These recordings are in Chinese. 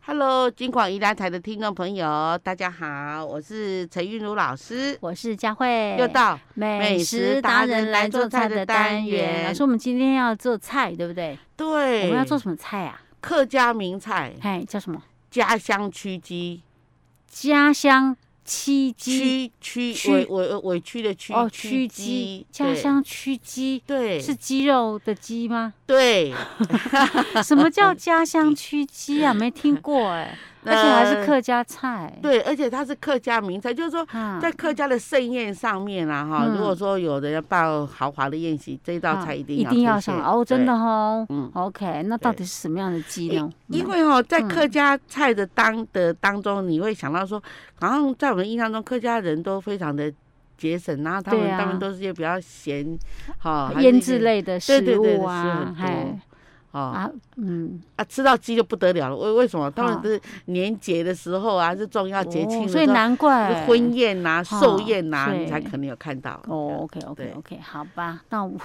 Hello，金广宜兰台的听众朋友，大家好，我是陈韵如老师，我是佳慧，又到美食达人来做菜的单元。老师，我们今天要做菜，对不对？对，我们要做什么菜啊？客家名菜，哎，叫什么？家乡曲鸡，家乡七鸡曲曲曲委委委屈的曲哦，曲曲鸡，家乡曲鸡对是鸡肉的 鸡吗？对，什么叫家乡曲鸡啊？没听 过哎，而且还是呃客家菜。对，而且它是客家名菜，就是说。啊，在客家的盛宴上面啦，哈，嗯如果说有人要办豪华的宴席，这道啊菜一定一要定要出现上哦，真的，哦。对嗯， OK，那对到底是什么样的鸡呢？因嗯为哦，在嗯客家菜的当的当中，你会想到说，好像在我们印象中，客家人都非常的节省啊，他们、对啊他们都是一些比较咸，哈、还是腌一些制类的对对食对物是啊很，多哎哦啊，嗯，啊，吃到鸡就不得了了。为为什么？他们啊是年节的时候啊，是重要节庆哦的时所候，以难是怪婚宴呐、寿宴呐、对你才可能有看到。哦，OK 对 OK OK，好吧，那我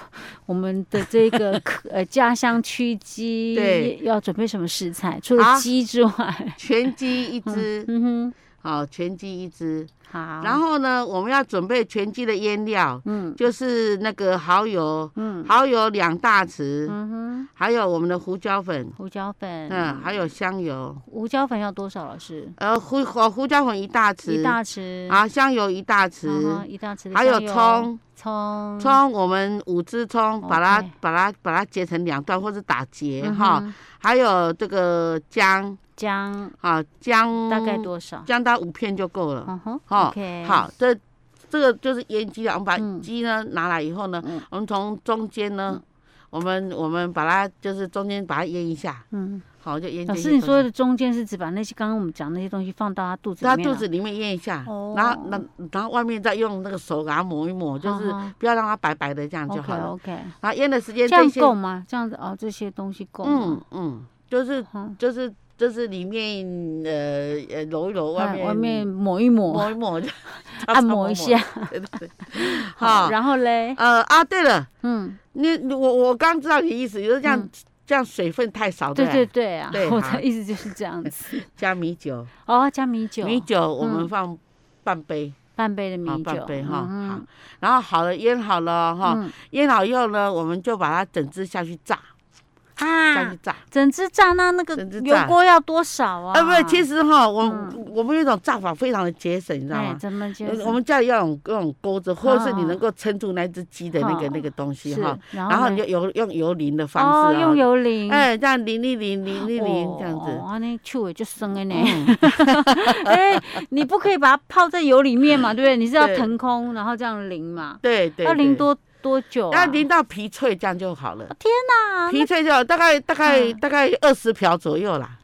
我们的这个客呃家乡曲对鸡要准备什么食材？除啊了鸡之外，全鸡一只， 嗯好、全鸡一只。哼，好，然后呢，我们要准备全鸡的腌料，嗯就是那个蚝油，嗯蚝油两大匙，嗯哼，还有我们的胡椒粉，胡椒粉，嗯，还有香油，胡椒粉要多少？老师，呃，胡胡胡椒粉一大匙，一大匙，啊，香油一大嗯匙哼，，一大匙的还有香油葱，葱，葱我们五支葱，把它 OK 把它把它截成两段或者打结嗯哈，哼，还有这个姜姜啊，姜大概多少？姜大概五片就够了，嗯哼哈，OK，，嗯好，这这个就是腌鸡了，我们把嗯鸡呢拿来以后呢嗯，我们从中间呢，我们我们把它就是中间把它腌一下，嗯，好，就腌老腌师，你中说间的中间是指把那些刚刚我们讲的那些东西放到他肚子在它里面肚啊，子里面腌一下，哦然后那然后外面再用那个手给它抹一抹，就是啊哈不要让它白白的这样就好了。 OK 哦 OK，然后腌的时间这样些够吗？这样子哦，这些东西够嗯吗？嗯，就是嗯，就是就是里面呃呃揉一揉，外面哎外面抹一抹，抹一抹， 按摩一下。，对对对，好，好，然后嘞，呃啊，对了，嗯，你你我我刚知道你的意思，就是这样嗯这样水分太少，对不对对啊对， 我好的意思就是这样子。加米酒，哦，加米酒，米酒我们嗯放半杯，半杯的米好酒，啊半杯哈，嗯好，然后好了腌好了哈。嗯腌好以后呢，我们就把它整只下去炸，下啊去，炸。整只炸那那个整只油炸锅要多少啊？啊，不是，其实哈，我、嗯我们有一种炸法非常的节省，你知道哎，吗？怎么就呃是我们家里要有那种钩子，或者是你哦能够撑住那只鸡的那个、哦那个东西是哈，，然然后嘞你就油用油淋的方哦，式啊，用油淋，哎，这样淋一淋，淋一淋哦这样子。哦，那趣味就生了呢。 嗯，哎、你不可以把它泡在油里面嘛，对不对？你是要对腾空，然后这样淋嘛，对对。要淋对，多多久、啊？要淋到皮脆，这样就好了。那皮脆就好大概大概嗯大概二十瓢左右啦，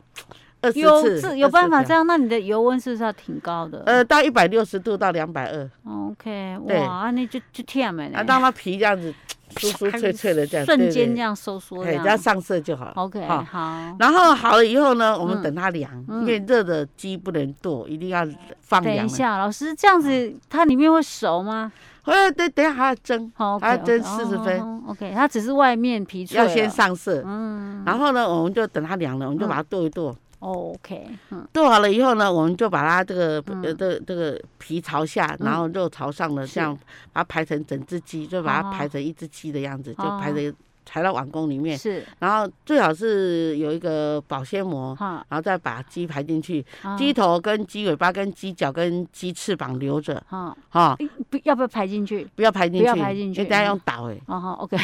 二十有次这有办法20这样，那你的油温是不是要挺高的？呃，到一百六十度到两百二。 ，OK，对哇，那就就甜了啊，呢，让它皮这样子酥酥脆脆的这样，哎瞬间这样，样收缩这对，只要样。上色就好了。 OK，好好，然后好了以后呢，我们嗯等它凉，嗯因为热的鸡不能剁，一定要放等凉啊一了。下，老师这样子它里面会熟吗？呃，等等一下还要蒸，好它，OK，蒸40分 o k 它只是外面皮脆要了，先上色。嗯然后呢，我们就等它凉了，我们就嗯把它剁一剁。 ，OK，嗯，剁好了以后呢，我们就把它这个嗯呃这个这个皮朝下，嗯然后肉朝上的，是这样把它排成整只鸡，就把它哦排成一只鸡的样子，就哦排成排到碗公里面。是，然后最好是有一个保鲜膜，哈，然后再把鸡排进去，啊鸡，头跟鸡尾巴跟鸡脚跟鸡翅膀留着哈，哈、不要不要排进去？不要排进去，不要排进去因为大家嗯用倒 哎、哦好，OK，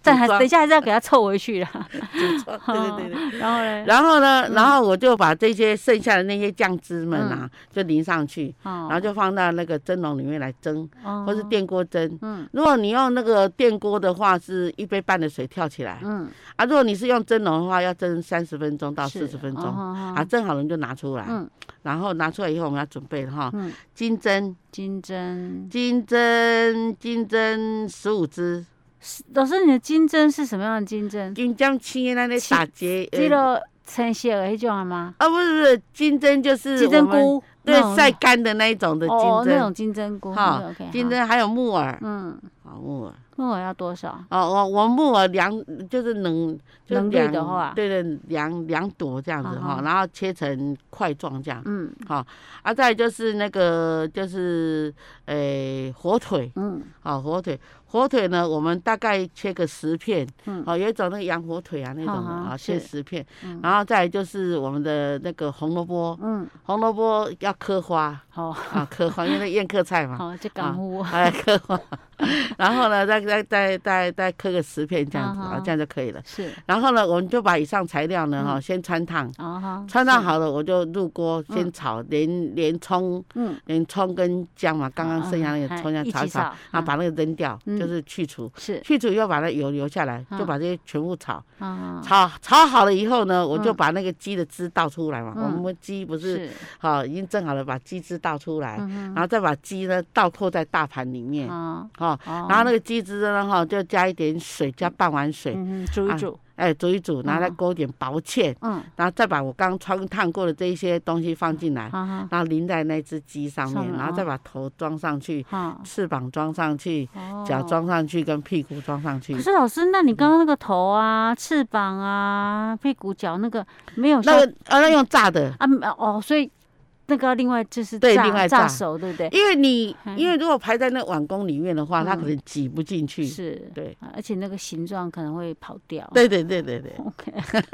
但还装等一下还是要给它凑回去啦。哦组装 对对对对。然后嘞，然后嗯呢，然后我就把这些剩下的那些酱汁们啊，就淋上去，然然后就放到那个蒸笼里面来蒸，或是，电锅蒸。哦嗯如果你用那个电锅的话，是一杯半的水跳起来嗯，啊；如果你是用蒸笼的话，要蒸三十分钟到四十分钟啊。啊，蒸好了你就拿出来，嗯然后拿出来以后我们要准备了哈，嗯，金针。金针，金针，金针十五只，老师，你的金针是什么样的金针？金针青的那里七打结，记呃得橙色的那种的吗？啊，不是不是，金针就是金针我们菇，那对种晒干的那一种的哦金那针，种金针菇，哈嗯，OK，金好，针还有木耳嗯，好木耳。木耳要多少？哦，我我木耳两就是冷，就冷绿两的话对对，两两朵这样子哈、啊哈然后切成块状这样。嗯啊，再来就是那个就是诶、火腿，嗯好、火腿，火腿呢，我们大概切个十片，嗯好、有一种那个羊火腿啊那种的啊哈啊，切是十片，嗯然后再来就是我们的那个红萝卜，嗯，红萝卜要刻花好啊，刻花，因为那宴客菜嘛，好，就港屋哎，刻花， 然后呢，再再再再再刻个十片这样子啊啊哈，这样就可以了。是然后呢，我们就把以上材料呢，哈，先穿烫，啊哈，穿烫是，好了，我就入锅先嗯炒，连连葱。嗯，连葱跟姜嘛，刚刚剩下那个嗯葱姜一炒一起炒，炒然后嗯把那个扔掉，嗯就是去除。是去除以后把那油留下来，就嗯把这些全部炒，啊，炒炒好了以后呢，我就嗯把那个鸡的汁倒出来嘛。我嗯们鸡不是是，好已经蒸好了，把鸡汁倒出来，嗯然后再把鸡呢倒扣在大盘里面哼，哈。啊，然然后那个鸡汁呢，哈，就加一点水，加半碗水，嗯哼，煮啊一煮，哎，煮一煮，然后再嗯勾一点薄芡，嗯，然后再把我刚穿烫过的这一些东西放进来，啊然后淋在那只鸡上上面，面然后再哦把头装上去，哈，翅膀装上去，好，脚哦。装上去，跟屁股装上去可。是老师，那你嗯刚刚那个头啊、翅膀啊、屁股、脚那个没有那像个呃，那用炸的，啊没哦，所以那个另外就是对炸另外炸炸熟，对不对？因为你嗯因为如果排在那碗公里面的话，它可能挤不进去。是，对，啊而且那个形状可能会跑掉。对对对对对， ，OK，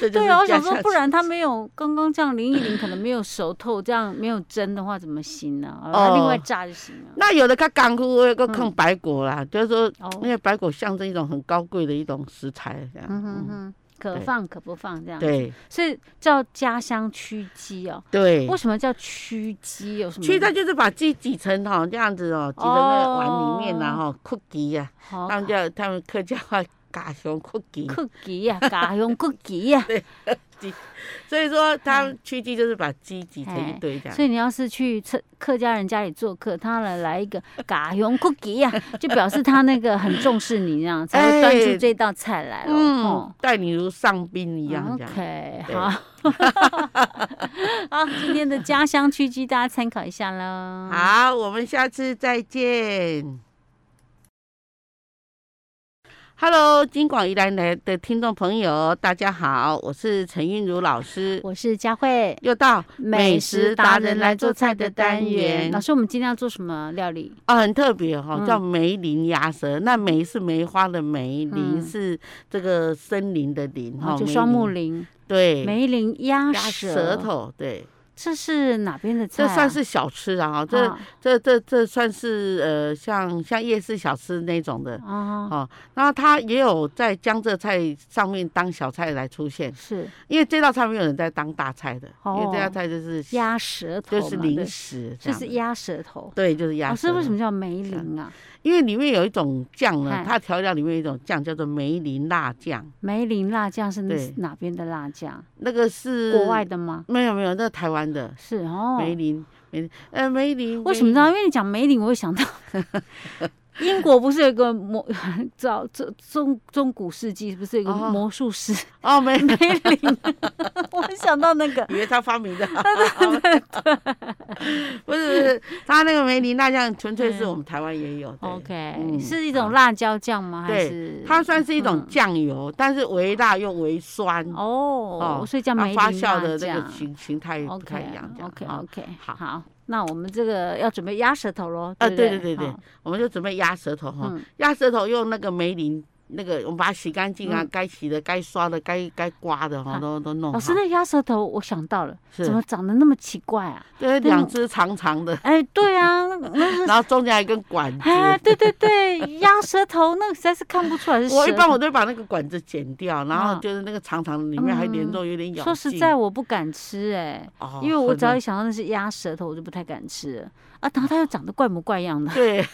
这就是对啊，我想加说下，不去然它没有刚刚这样淋一淋，可能没有熟透，这样没有蒸的话怎么行呢？哦它另外哦炸就行了。那有的它干枯，有个嗯啃白果啦，就是说。因哦，为白果象征一种很高贵的一种食材，这样。嗯哼嗯哼，可对放可不放这样。，对所以叫家乡曲鸡哦。对为，什么叫曲鸡？有什么？其实它就是把鸡挤成哈这样子哦，挤成那个碗里面然后 cookie 呀，哦好他们叫他们客家话嘎熊 cookie。 cookie 呀，家乡 cookie 啊呀。所以说，他屈机就是把鸡挤成一哎堆这样。嗯所以你要是去客客家人家里做客，他来来一个 嘎熊 cookie 呀、就表示他那个很重视你，这样才会端哎出这道菜来了。嗯哦，嗯待你如上宾一样这样。 OK，对好， 好，今天的家乡曲鸡大家参考一下喽。。好，我们下次再见。Hello，金广宜兰来的听众朋友，大家好，我是陈韵如老师，我是佳慧，又到美食达人来做菜的单美食达人来做菜的单元元。老师，我们今天要做什么料理？啊，很特别哈、嗯叫梅林鸭舌。那梅是梅花的梅，林嗯是这个森林的林哈、哦，就梅双木林林、对，梅林鸭鸭舌舌，头对，这是哪边的菜这啊？算是小吃啊哈，这啊这这这算是呃，像像夜市小吃那种的。啊，哦，然后它也有在江浙菜上面当小菜来出现，是因为这道菜没有人在当大菜的，因为这道哦菜就是鸭舌头就嘛，是对零食这就样子，是鸭舌头。对，就是鸭老舌师头。为什么哎叫梅林啊？因为里面有一种酱呢嗨，它调料里面有一种酱叫做梅林辣酱，梅林辣酱是对哪边的辣酱？那个是国外的吗？没有没有，那台湾的是哦。梅林梅林呃梅林为什么梅呢？因为你讲梅林，我 会想到英国不是有一个魔早中中中古世纪不是有一个哦魔术 师哦梅梅林？ 我会想到那 个以为他发 明的， 哦不是不是，他那个梅林辣酱纯粹是我们台湾也有的。嗯 OK，嗯是一种辣椒酱吗？还对是它算是一种嗯酱油，但是微辣又微酸，哦哦，所以叫它梅林发辣酵的那个酱。形形态不 OK，太一样。这样 OK 啊 OK，好好，那我们这个要准备鸭舌头喽。啊不对对对对好我们就准备鸭舌头哈嗯，鸭舌头用那个梅林。那个，我们把它洗干净啊，嗯该洗的、该刷的、该该刮的哈，好都都弄好。老啊哦师，那鸭舌头我想到了，哦是怎么长得那么奇怪啊？对，那两只长长 的，哎，对 啊，那个那个，然后中间还有一根管子。哎，对对对，鸭舌头那个实在是看不出来是舌头。我一般我都会把那个管子剪掉，然后嗯就是那个长长的里面还连嗯肉，有点咬说实劲在，，我不敢吃哎，哦因为我很只要难一想到那是鸭舌头，我就不太敢吃了啊。然后它又长得怪模 怪样的，对，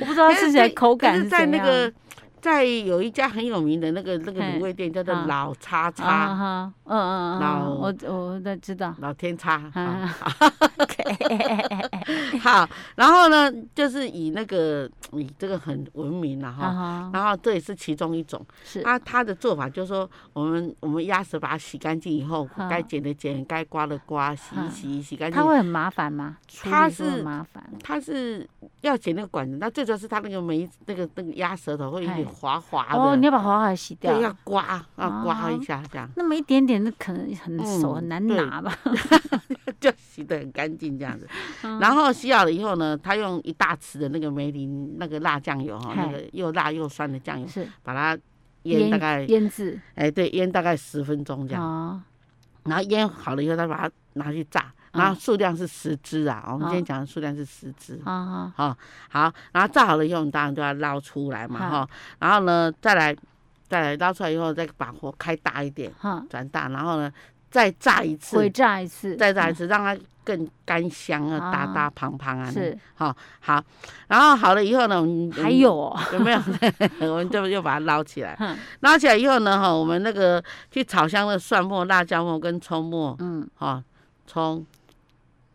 我不知道它吃起来口但感是怎在样。那个在有一家很有名的那个那个卤嘿味店叫做啊老叉啊叉哈，嗯嗯嗯老 嗯，我我那知道。 老天叉，啊啊，OK，好，然后呢，就是以那个以这个很文明了哈。啊 哈，然后这也是其中一种，是他他的做法就是说，我们我们鸭舌把它洗干净以后，嗯该剪的剪，该刮的刮，洗一嗯洗，洗干净它。会很麻烦吗？处理它会很是麻烦，它是要剪那个管子，那最主要是它那个眉那个那个鸭舌头会有点哎滑滑的，哦，你要把花海洗掉对，，要刮要刮啊一下这样。那么一点点，那可能很手嗯很难对拿吧？就洗得很干净这样 子。嗯然后洗好了以后呢，他用一大匙的那个梅林那个辣酱油哈，嗨那个又辣又酸的酱油， 是把它腌腌大概，腌制嗯哎对，腌大概十分钟这样。哦，然后腌好了以后，再把它拿去炸。然嗯后数量是十只啊，我们哦今天讲的数量是十只。啊啊，哈、好，然后炸好了以后，你当然就要捞出来嘛好哈、然后呢，再来再来捞出来以后，再把火开大一点，哈，转大，然后呢再炸一次鬼，炸一次，再炸一次，让它更干香啊，大嗯啊大胖胖啊。是好、好，然后好了以后呢，我们还有哦，有没有？ 我们就又把它捞起来，哼捞起来以后呢，哈，我们那个去炒香的蒜末、辣椒末跟葱末，嗯，哈、葱、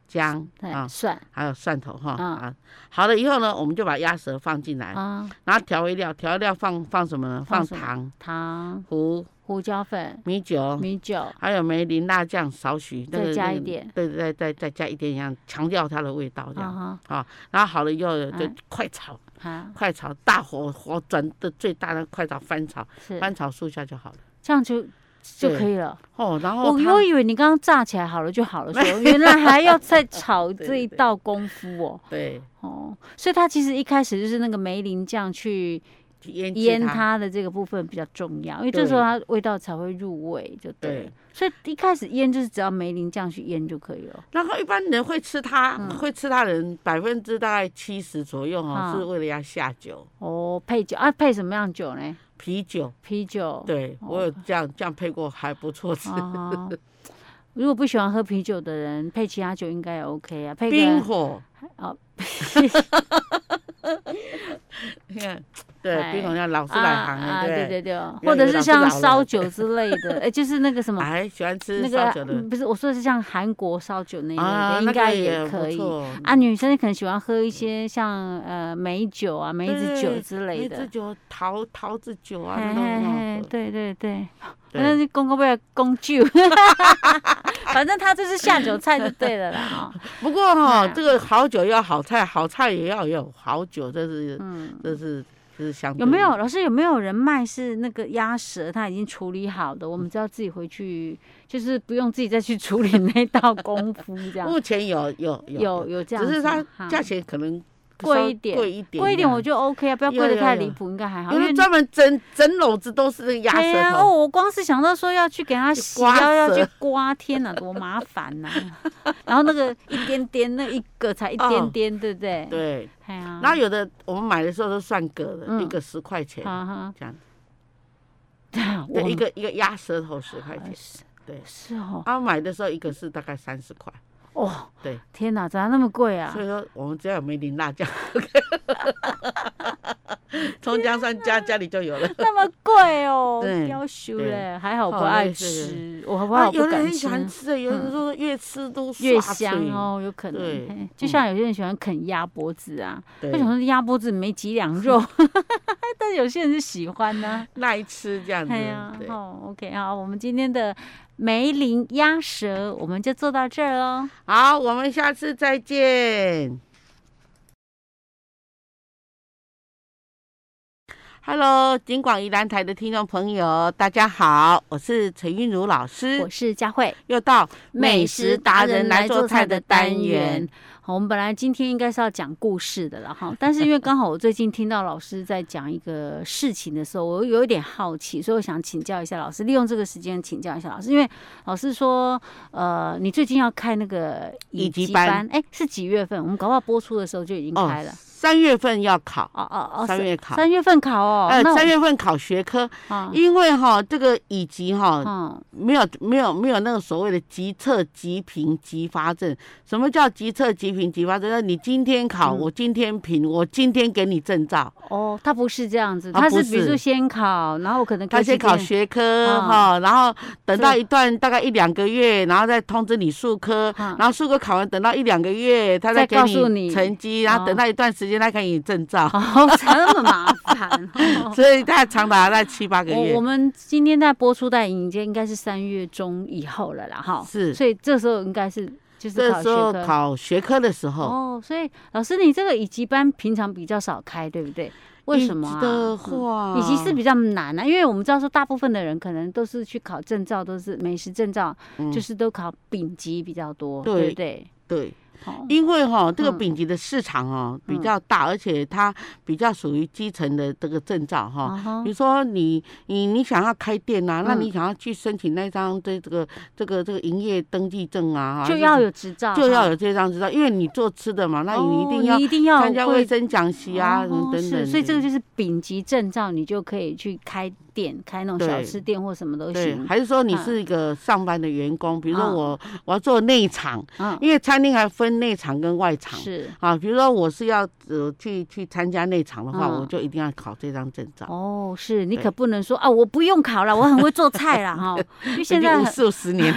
姜对，啊，蒜还有蒜头哈、嗯啊。好了以后呢，我们就把鸭舌放进来，啊，然后调味料，调味料放放什么呢？放放什么糖、糖、胡、胡椒粉、米酒。米酒，还有梅林辣酱少许，那再个加那一个点对，再再再加一点一样，强调它的味道这样。啊然后好了以后就嗯快炒，哈，啊快炒，大火火转的最大的快炒翻炒，是翻炒数下就好了。这样就就对可以了。哦，然后我它又以为你刚刚炸起来好了就好了，说 原来还要再炒对这一对道功夫哦。对哦，所以它其实一开始就是那个梅林酱去去腌制腌它，它的这个部分比较重要，因为这对时候它味道才会入味，就对了对。。所以一开始腌就是只要梅林酱去腌就可以了。然后一般人会吃它，嗯会吃它的人百分之大概七十左右哈、嗯是为了要下酒，哦，配酒啊，配什么样酒呢？啤酒。啤酒。对我有这样这样配过，还不错吃。啊。 如果不喜欢喝啤酒的人，配其他酒应该也 OK 啊。配冰个火，啊，你看， 对，哎冰火要老是啊来行啊，的，对对对对，因为或者是老师像老了烧酒之类 的，哎，就是那个什不对。么。哎，喜欢吃那烧个酒的嗯不是我说的是像韩国烧酒那一类啊，的，应那该个也可以不错啊。女生可能喜欢喝一些像呃美酒啊、梅子酒对之类梅子的。酒、桃桃子酒啊，嘿那都嘿很好嘿喝。对对对，嗯对那是公公为了供 酒，反正他就是下酒菜就对了啦 啊。不过哈、嗯这个好酒要好菜，好菜也要有好酒，这是、嗯，这是这是相对有没有老师有没有人卖是那个鸭舌，他已经处理好的，我们只要自己回去，就是不用自己再去处理那道功夫这 样。目前有有有有这样只子，是它哈价钱可能贵稍一点贵一点，贵一点我觉得 OK 啊，不要贵的有太有离有谱，应该还好。有因为人专门整整篓子都是那个鸭舌对呀，头，哦，我光是想到说要去给它洗，刮要要舌去刮，天哪，多麻烦呐！ 然后那个一点点，那一个才一点哦点，对不对？，对。哎呀，然后有的我们买的时候都算个的，嗯一个十块钱，哈哈，这样子，我对，一们个一个鸭舌头十块钱，是对。是哦，然后买的时候一个是大概三十块，哦，对，天哪，咋那么贵啊所？以说我们只要有梅林辣酱， 葱姜蒜家家里就有了。那么贵哦， 对要修对嘞，还好不好爱类似吃，我我啊，好有不人敢很吃嗯喜，欢吃，有人说越吃都越刷香嘴，哦，有可能，对嗯嘿就像有些人喜欢啃鸭脖子啊，对为什，么鸭脖子没几两肉？ 但有些人是喜欢呢、耐吃这样子哎呀，，对，好，OK，好，我们今天的梅林鸭舌我们就做到这儿喽。好，我们下次再见。Hello，金广宜兰台的听众朋友，大家好，我是陈韵如老师我，是佳慧，又到美食达人来做菜的单元。好，我们本来今天应该是要讲故事的了哈，但是因为刚好我最近听到老师在讲一个事情的时候，我有一点好奇，所以我想请教一下老师，利用这个时间请教一下老师，因为老师说，呃，你最近要开那个乙级班哎、是几月份？我们搞不好播出的时候就已经开了。上三月份要考，哦哦哦，三是月考，三月份考哦，呃，那我三月份考学科，啊，因为哈这个以及哈嗯没有没有没有那个所谓的即测即评即发证。什么叫即测即评即发证？那你今天考，嗯我今天评，我今天给你证照。哦，他不是这样子，啊他不是比如是说先考，然后我可能他隔先几考天学科啊哈，然后等到这一段大概一两个月，然后再通知你数科，啊然后数科考完，等到一两个月，他再给告诉你成绩，然后等哦到一段时间，他给你证照。 哦，这么麻烦、哦。所以大概长达在七八个我月我，们今天在播出在迎接应该是三月中以后了啦，哈。是所以这时候应该是就是这考时候学科。考学科的时候，哦，所以老师，你这个乙级班平常比较少开，对不对？为什么一啊？级的话，以及是比较难啊，因为我们知道说大部分的人可能都是去考证照，都是美食证照，嗯就是都考丙级比较多，对对不对？对，好，因为哈、这个嗯丙级的市场哦比嗯较大，而且它比较属于基层的这个证照哈、啊哈比如说你你你想要开店呐、啊，那嗯你想要去申请那张这这个这个这个营业登记证啊，就要有有执照哈，就要有这张执照，因为你做吃的嘛，那你一哦定要你一定要参加会卫生讲习啊、哦等等是，的。所以这个就是丙级证照，你就可以去开店，开那种小对吃店或什么都对，行。还是说你嗯是一个上班的员工？比如说嗯我我要做内场，嗯，因为餐厅还分内场跟外场。是啊，比如说我是要呃去去参加内场的话，嗯我就一定要考这张证照。哦，是你对可不能说啊，我不用考了，我很会做菜了哈， 因为现在五很，四十年，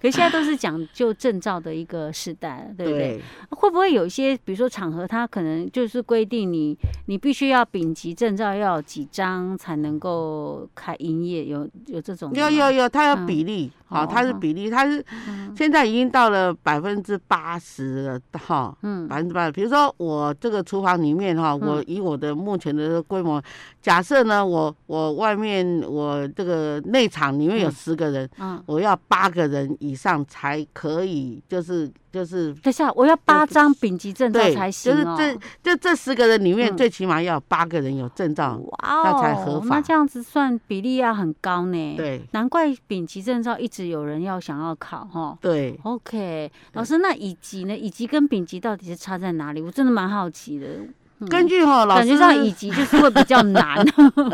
可现在都是讲究证照的一个时代 了，对不对？对会不会有一些，比如说场合，它可能就是规定你，你必须要丙级证照要有几张才能够开营业，有有这种的有吗有有，它有嗯比例，好，哦它是哦比例，它是嗯现在已经到了百分之八十了，哈。嗯百分之八十，比如说我这个厨房里面哈，我以我的目前的规模，假设呢，我我外面我这个内场里面有嗯十个人，嗯，我要八个人以上才可以，就是就是等一下我要八张丙级证照对，才行哦。就是这就这十个人里面，嗯最起码要有八个人有证照。哇哦，那才合法那这样子算比例要很高呢。，对难怪丙级证照一直有人要想要考哈。对， OK，老师，那乙级呢？乙级跟丙级到底是差在哪里？我真的蛮好奇的。嗯根据哈、老感觉师上乙级就是会比较 难。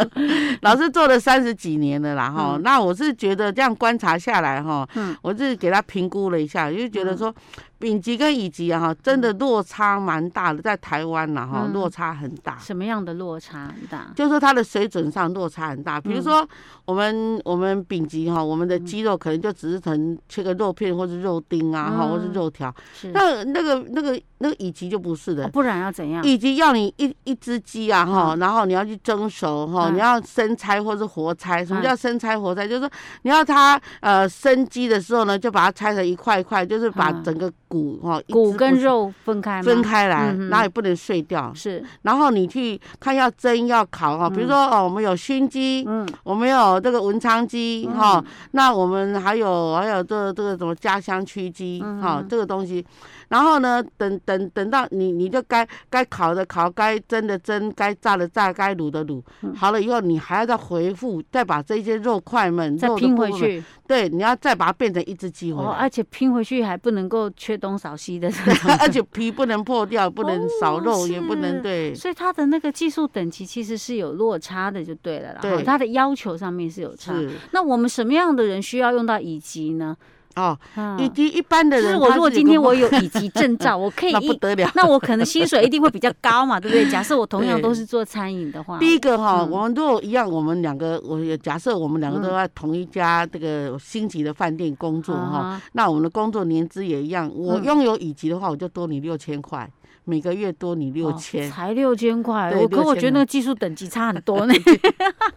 老师做了三十几年了啦哈、嗯那我是觉得这样观察下来哈、嗯我是给他评估了一下，就觉得说丙级跟乙级啊哈，真的落差蛮大的，在台湾啦哈，嗯落差很大。什么样的落差很大？就是说它的水准上落差很大，比嗯如说我们我们丙级哈，我们的鸡肉可能就只是成切个肉片或是肉丁啊哈，嗯或是肉条，是，那那个那个那个乙级就不是的哦，不然要怎样？以及要你一一只鸡啊哈，嗯然后你要去蒸熟哈，嗯你要生拆或是活拆。什么嗯叫生拆活拆？就是说你要它呃生鸡的时候呢，就把它拆成一块一块，就是把嗯整个骨哈一骨只跟骨肉分开吗？分开来嗯，哼然后也不能碎掉。是，然后你去看要蒸要烤哈，比如说哦，我们有熏鸡。嗯，我们有这个文昌鸡哈、嗯那我们还有还有这个这个什么家乡曲鸡嗯哈、嗯这个东西，然后呢，等等等到你你就该该烤的烤，该蒸的蒸，该炸的炸，该卤的卤，嗯好了以后你还要再回复，再把这些肉块们再肉的拼回部分们，去。对，你要再把它变成一只鸡回哦，来。而且拼回去还不能够缺东少西的。 而且皮不能破掉，不能少肉，也不能啊哦是对所以它的那个技术等级其实是有落差的，就对了啦。对哈它的要求上面是有差。是那我们什么样的人需要用到乙级呢？哦。嗯以，及一般的就是人，我他如果是有今天个我有乙级证照，我 可以那不一，得了，那我可能薪水一定会比较高嘛，对不对？假设我同样都是做餐饮的话，第一个哈，嗯我们如果一样，我们两个，我也假设我们两个都在同一家这个星级的饭店工作哈，啊那我们的工作年资也一样。我嗯拥有乙级的话，我就多你六千块，每个月多你六哦千。才六千块，对我可我6000觉得那个技术等级差很 多呢。哦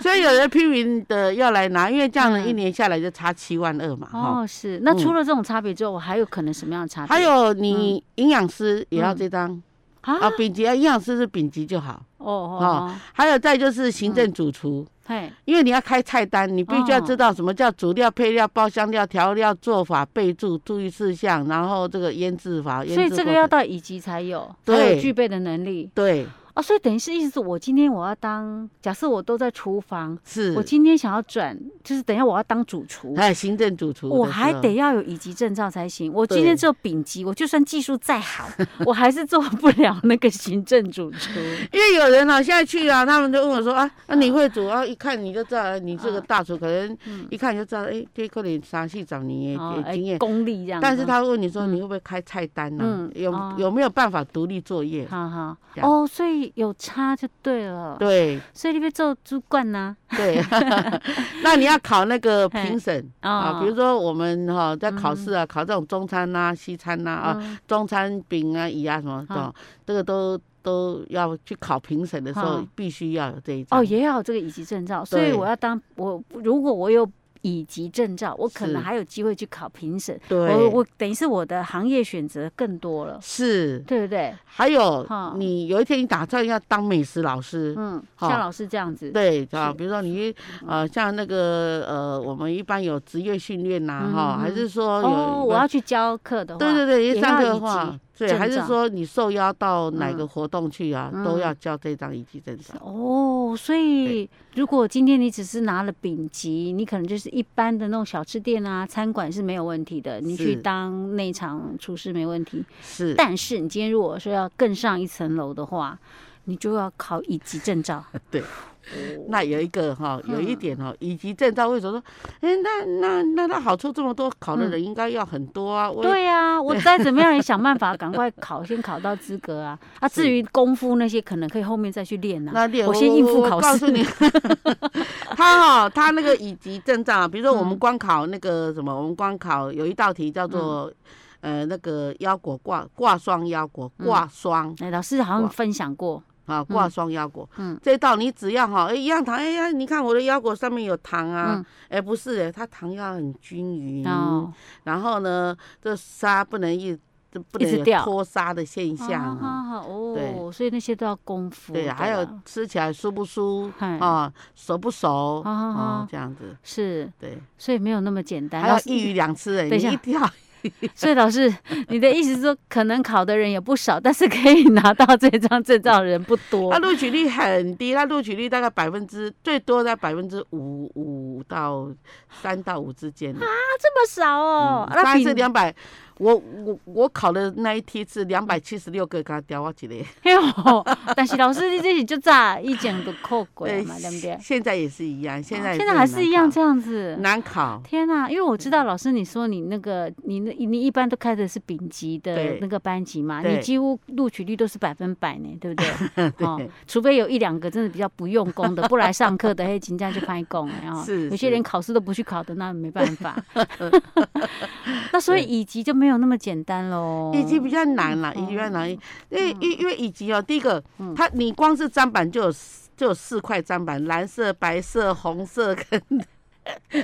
所以有人批评的要来拿，因为这样呢，嗯一年下来就差七万二嘛哈。哦，是。那嗯除了这种差别之后，我还有可能什么样的差别？还有嗯你营养师也要这张啊啊，，丙级啊，营养师是丙级就好。哦哦哦哦，还有再就是行嗯政主厨，嘿，因为你要开菜单，你必须要知哦道什么叫主料、配料、包香料、调料、做法、备注、注意事项，然后这个腌制法。所以腌制这个过要程到乙级才有，才对有具备的能力。对，哦，所以等于是意思是我今天我要当，假设我都在厨房，是我今天想要转，就是等一下我要当主厨，还有行政主厨的时啊候，我还得要有乙级证照才行。我今天只有丙级，我就算技术再好，我还是做不了那个行政主 厨。因为有人啊，现在去啊，他们就问我说啊，那、嗯你会煮啊？一看你就知道，哎你这个大厨可能一看你就知道，哎、这可能啥戏长你也嗯哦也经验。功力这样子。但是他问你说嗯你会不会开菜单呢、嗯有、哦有没有办法独立作业？好好这样哦，所以有差就对了。，对所以你被做主管呐、 对， 那你要考那个嘿评审啊啊，比如说我们哈、在考试啊，考这种中餐呐、西餐呐啊，嗯中餐饼啊、乙啊什么的好，这个都都要去考评审的时候好，必须要有这一张。啊哦，也要有这个乙级证照，所以对我要当我如果我有乙级证照，我可是能还有机会去考评审。我对，我等于是我的行业选择更多了，是。对不对？还有好，你有一天你打算要当美食老师，啊嗯，好像老师这样子，对啊，是嗯比如说你呃，像那个呃，我们一般有职业训练呐，哈，嗯还是说有哦，我要去教课的话，对对对，也一上要课乙的级话，对，证还是照说你受邀到哪嗯个活动去啊，嗯都要交这张一级证照。哦，所以如果今天你只是拿了丙级，你可能就是一般的那种小吃店啊、餐馆是没有问题的，你去是当内场厨师没问题。是，但是你今天如果说要更上一层楼的话，你就要考乙级证照。对哦，那有一个哈，有一嗯点哦，以及证照为什么说，哎，那那那他好处这么多，考的嗯人应该要很多啊。我对呀、我再怎么样也想办法赶快考，先考到资格啊。啊，是至于功夫那些，可能可以后面再去练啊。那练我先应付考我告试诉 你， 他哈、他那个乙级证照啊，比如说我们嗯光考那个什么，我们光考有一道题叫做、呃那个腰果挂挂霜腰果嗯挂霜、哎，老师好像哇分享过，啊挂霜腰果，嗯这道你只要哈、哎一样糖，哎呀，你看我的腰果上面有糖啊，嗯，哎不是哎，它糖要很均匀，哦，然后呢这沙不能一这不一能直有掉脱沙的现象好啊，好好哦，对所以那些都要功夫的对，啊啦。还有吃起来舒不舒嗯啊嗨啊，熟不熟好好好啊，这样子。是，对，所以没有那么简单。还要老师一鱼两吃哎、等一你下一定要 所以老师，你的意思是说，可能考的人也不少，但是可以拿到这张证照的人不多他。录取率很低，他录取率大概百分之最多在百分之五五到三到五之间。这么少哦，大概比是两百，我我我考的那一题是两百七十六个，给他调我几嘞？哎呦，但是老师你这己就炸一整个扣鬼嘛，对不对？现在也是一样，哎现在、现在还是一样这样样子。难考。天呐、因为我嗯知道老师你说你那个你那你一般都开的是丙级的对那个班级嘛，对你几乎录取率都是百分百呢，对不对？哦 对，除非有一两个真的比较不用功的，不来上课的，嘿，请假就拍工，然后是有些是连考试都不去考的，那没办 法。那所以乙级就没有那么简单喽。以及比较难啦，以及比较嗯难，因为因因为以及哦，第一个，它你光是砧板就有四就有四块砧板，蓝色、白色、红色跟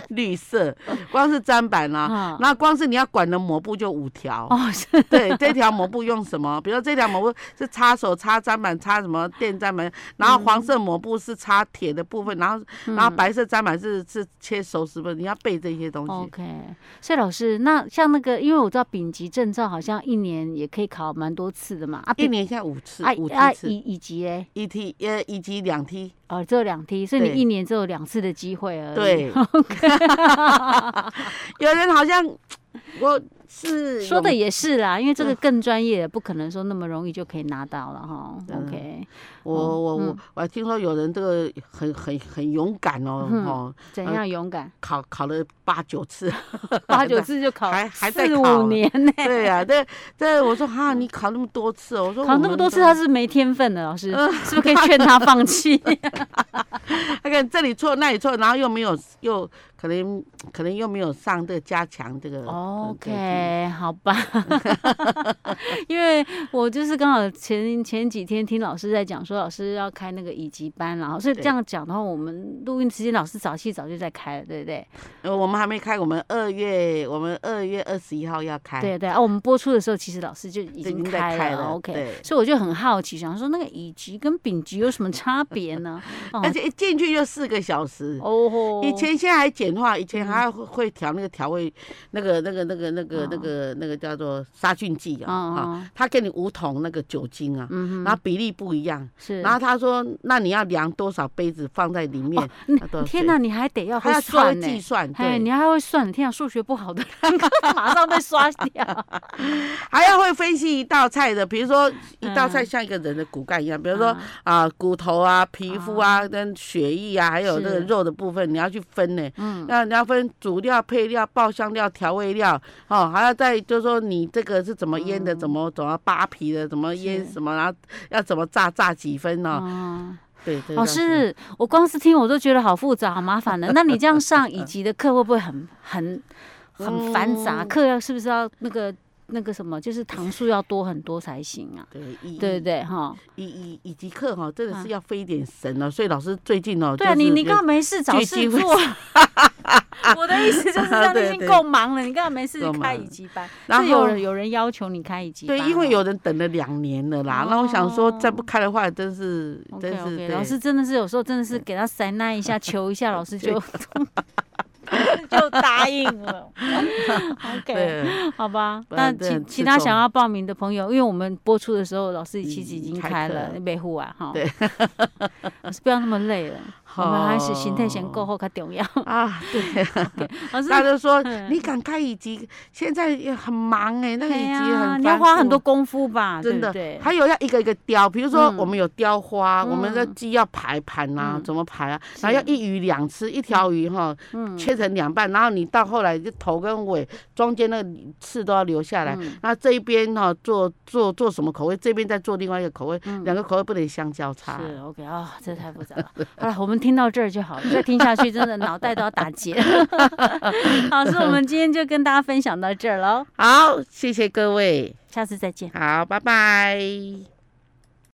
绿色，光是砧板啦、啊，那光是你要管的抹布就五条，哦， 是对，这条抹布用什么？比如说这条抹布是擦手、擦砧板、擦什么电砧板，然后黄色抹布是擦铁的部分，然后嗯然后白色砧板是是切熟食分，你要背这些东哦西。 OK。所以老师，那像那个，因为我知道丙级证照好像一年也可以考蛮多次的嘛，啊，一丙年现在五次，啊五梯啊乙次，乙级哎，一梯呃一级两梯。哦，只有两梯，所以对你一年只有两次的机会而已。 对有人好像我是说的有也是啦，因为嗯这个更专业，不可能说那么容易就可以拿到了哈。嗯 OK，我我嗯我我还听说有人这个很很很勇敢哦、嗯哦，怎呃样 勇敢？考考了八九 次，八九次就考还还在四考五年呢、对呀、对对，我说哈，你考那么多次哦，我说嗯考那么多次，他他是没天分的老师，嗯 是不是可以劝他放弃？ 他看这里错那里错，然后又没有又可能可能又没有上这个加强这个哦 OK，好吧， 因为我就是刚好前前几天听老师在讲说，老师要开那个乙级班啦，然后所以这对这样讲的话，我们录音时间老师早期早就在开了，对不对？呃，我们还没开，我们二月我们二月二十一号要开，对对啊，我们播出的时候其实老师就已对已经经在开开了了 o k 对所以我就很好奇，想说那个乙级跟丙 级有什么差别呢？哦而且一进去就四个小时，哦吼，以前现在还简简化，以嗯前还会会调那个调味，那个那个那个那个那个那个叫做杀菌剂啊，啊，哦，他给你五桶那个酒精啊，然嗯哼，后比例不一样，是，哦然后他说那你要量多少杯子放在里面，啊你那多少天水哪，你还得要他哦会要稍微算呢、计算，哎，对，你还会算，天啊，数学不好的 马上被刷 掉。还要会分析一道菜的，比如说一道菜嗯像一个人的骨干一样，比如说啊啊骨头啊、皮肤啊、跟血液啊，还有那个哦是肉的部分，你要去分呢。嗯，那你要分主料、配料、爆香料、调味料，哦，还要再就是说你这个是怎么腌的，怎么怎么扒皮的，怎么腌嗯是什么，然后要怎么炸，炸几分哦，哦，对对。老这样子师，我光是听我都觉得好复杂、好麻烦的。那你这样上乙级的课会不会很很很繁杂？嗯课要是不是要那个那个什么，就是堂数要多很多才行啊？对一对不对，对？哈，以以以及课哈，真的是嗯要费一点神哦，所以老师最近哦，对啊，就是你你有干嘛没事找聚事集会 做？我的意思就是让你已对对经够忙了，你干嘛没事够开忙乙级班？然是有后人有人要求你开乙级班对，哦？因为有人等了两年了啦，那我想说再不哦开的话，真是真 OK 是 OK，对老师真的是有时候真的是给他塞那 一下、求一下，老师就就答应 了。OK，对 好吧。不那然真其的其吃他重想要报名的朋友，因为我们播出的时候，老师已其实已经经开开课了了北户啊，哈。对，老师不要那么累了，我们还是心态先够后较重要。啊，对， 老师，大家都说嗯你敢开乙级，现在也很忙哎，那个哎乙级呀很你要繁花很复多功夫吧，对真不的对，？还有要一个一个雕，比如说嗯我们有雕花，我们的嗯鸡要排盘啊，嗯怎么排啊？然后要是一鱼两吃，一条鱼哈嗯切成两半，然后你到后来就头跟尾中间那个刺都要留下来。嗯那这一边哈做做做什么口味，这边再做另外一个口味，嗯两个口味不能相交叉。是 OK 啊、这太复杂 了。好了，我们听到这儿就好了，再听下去真的脑袋都要打结。 好，所以我们今天就跟大家分享到这儿喽，好，谢谢各位，下次再见。好，拜拜。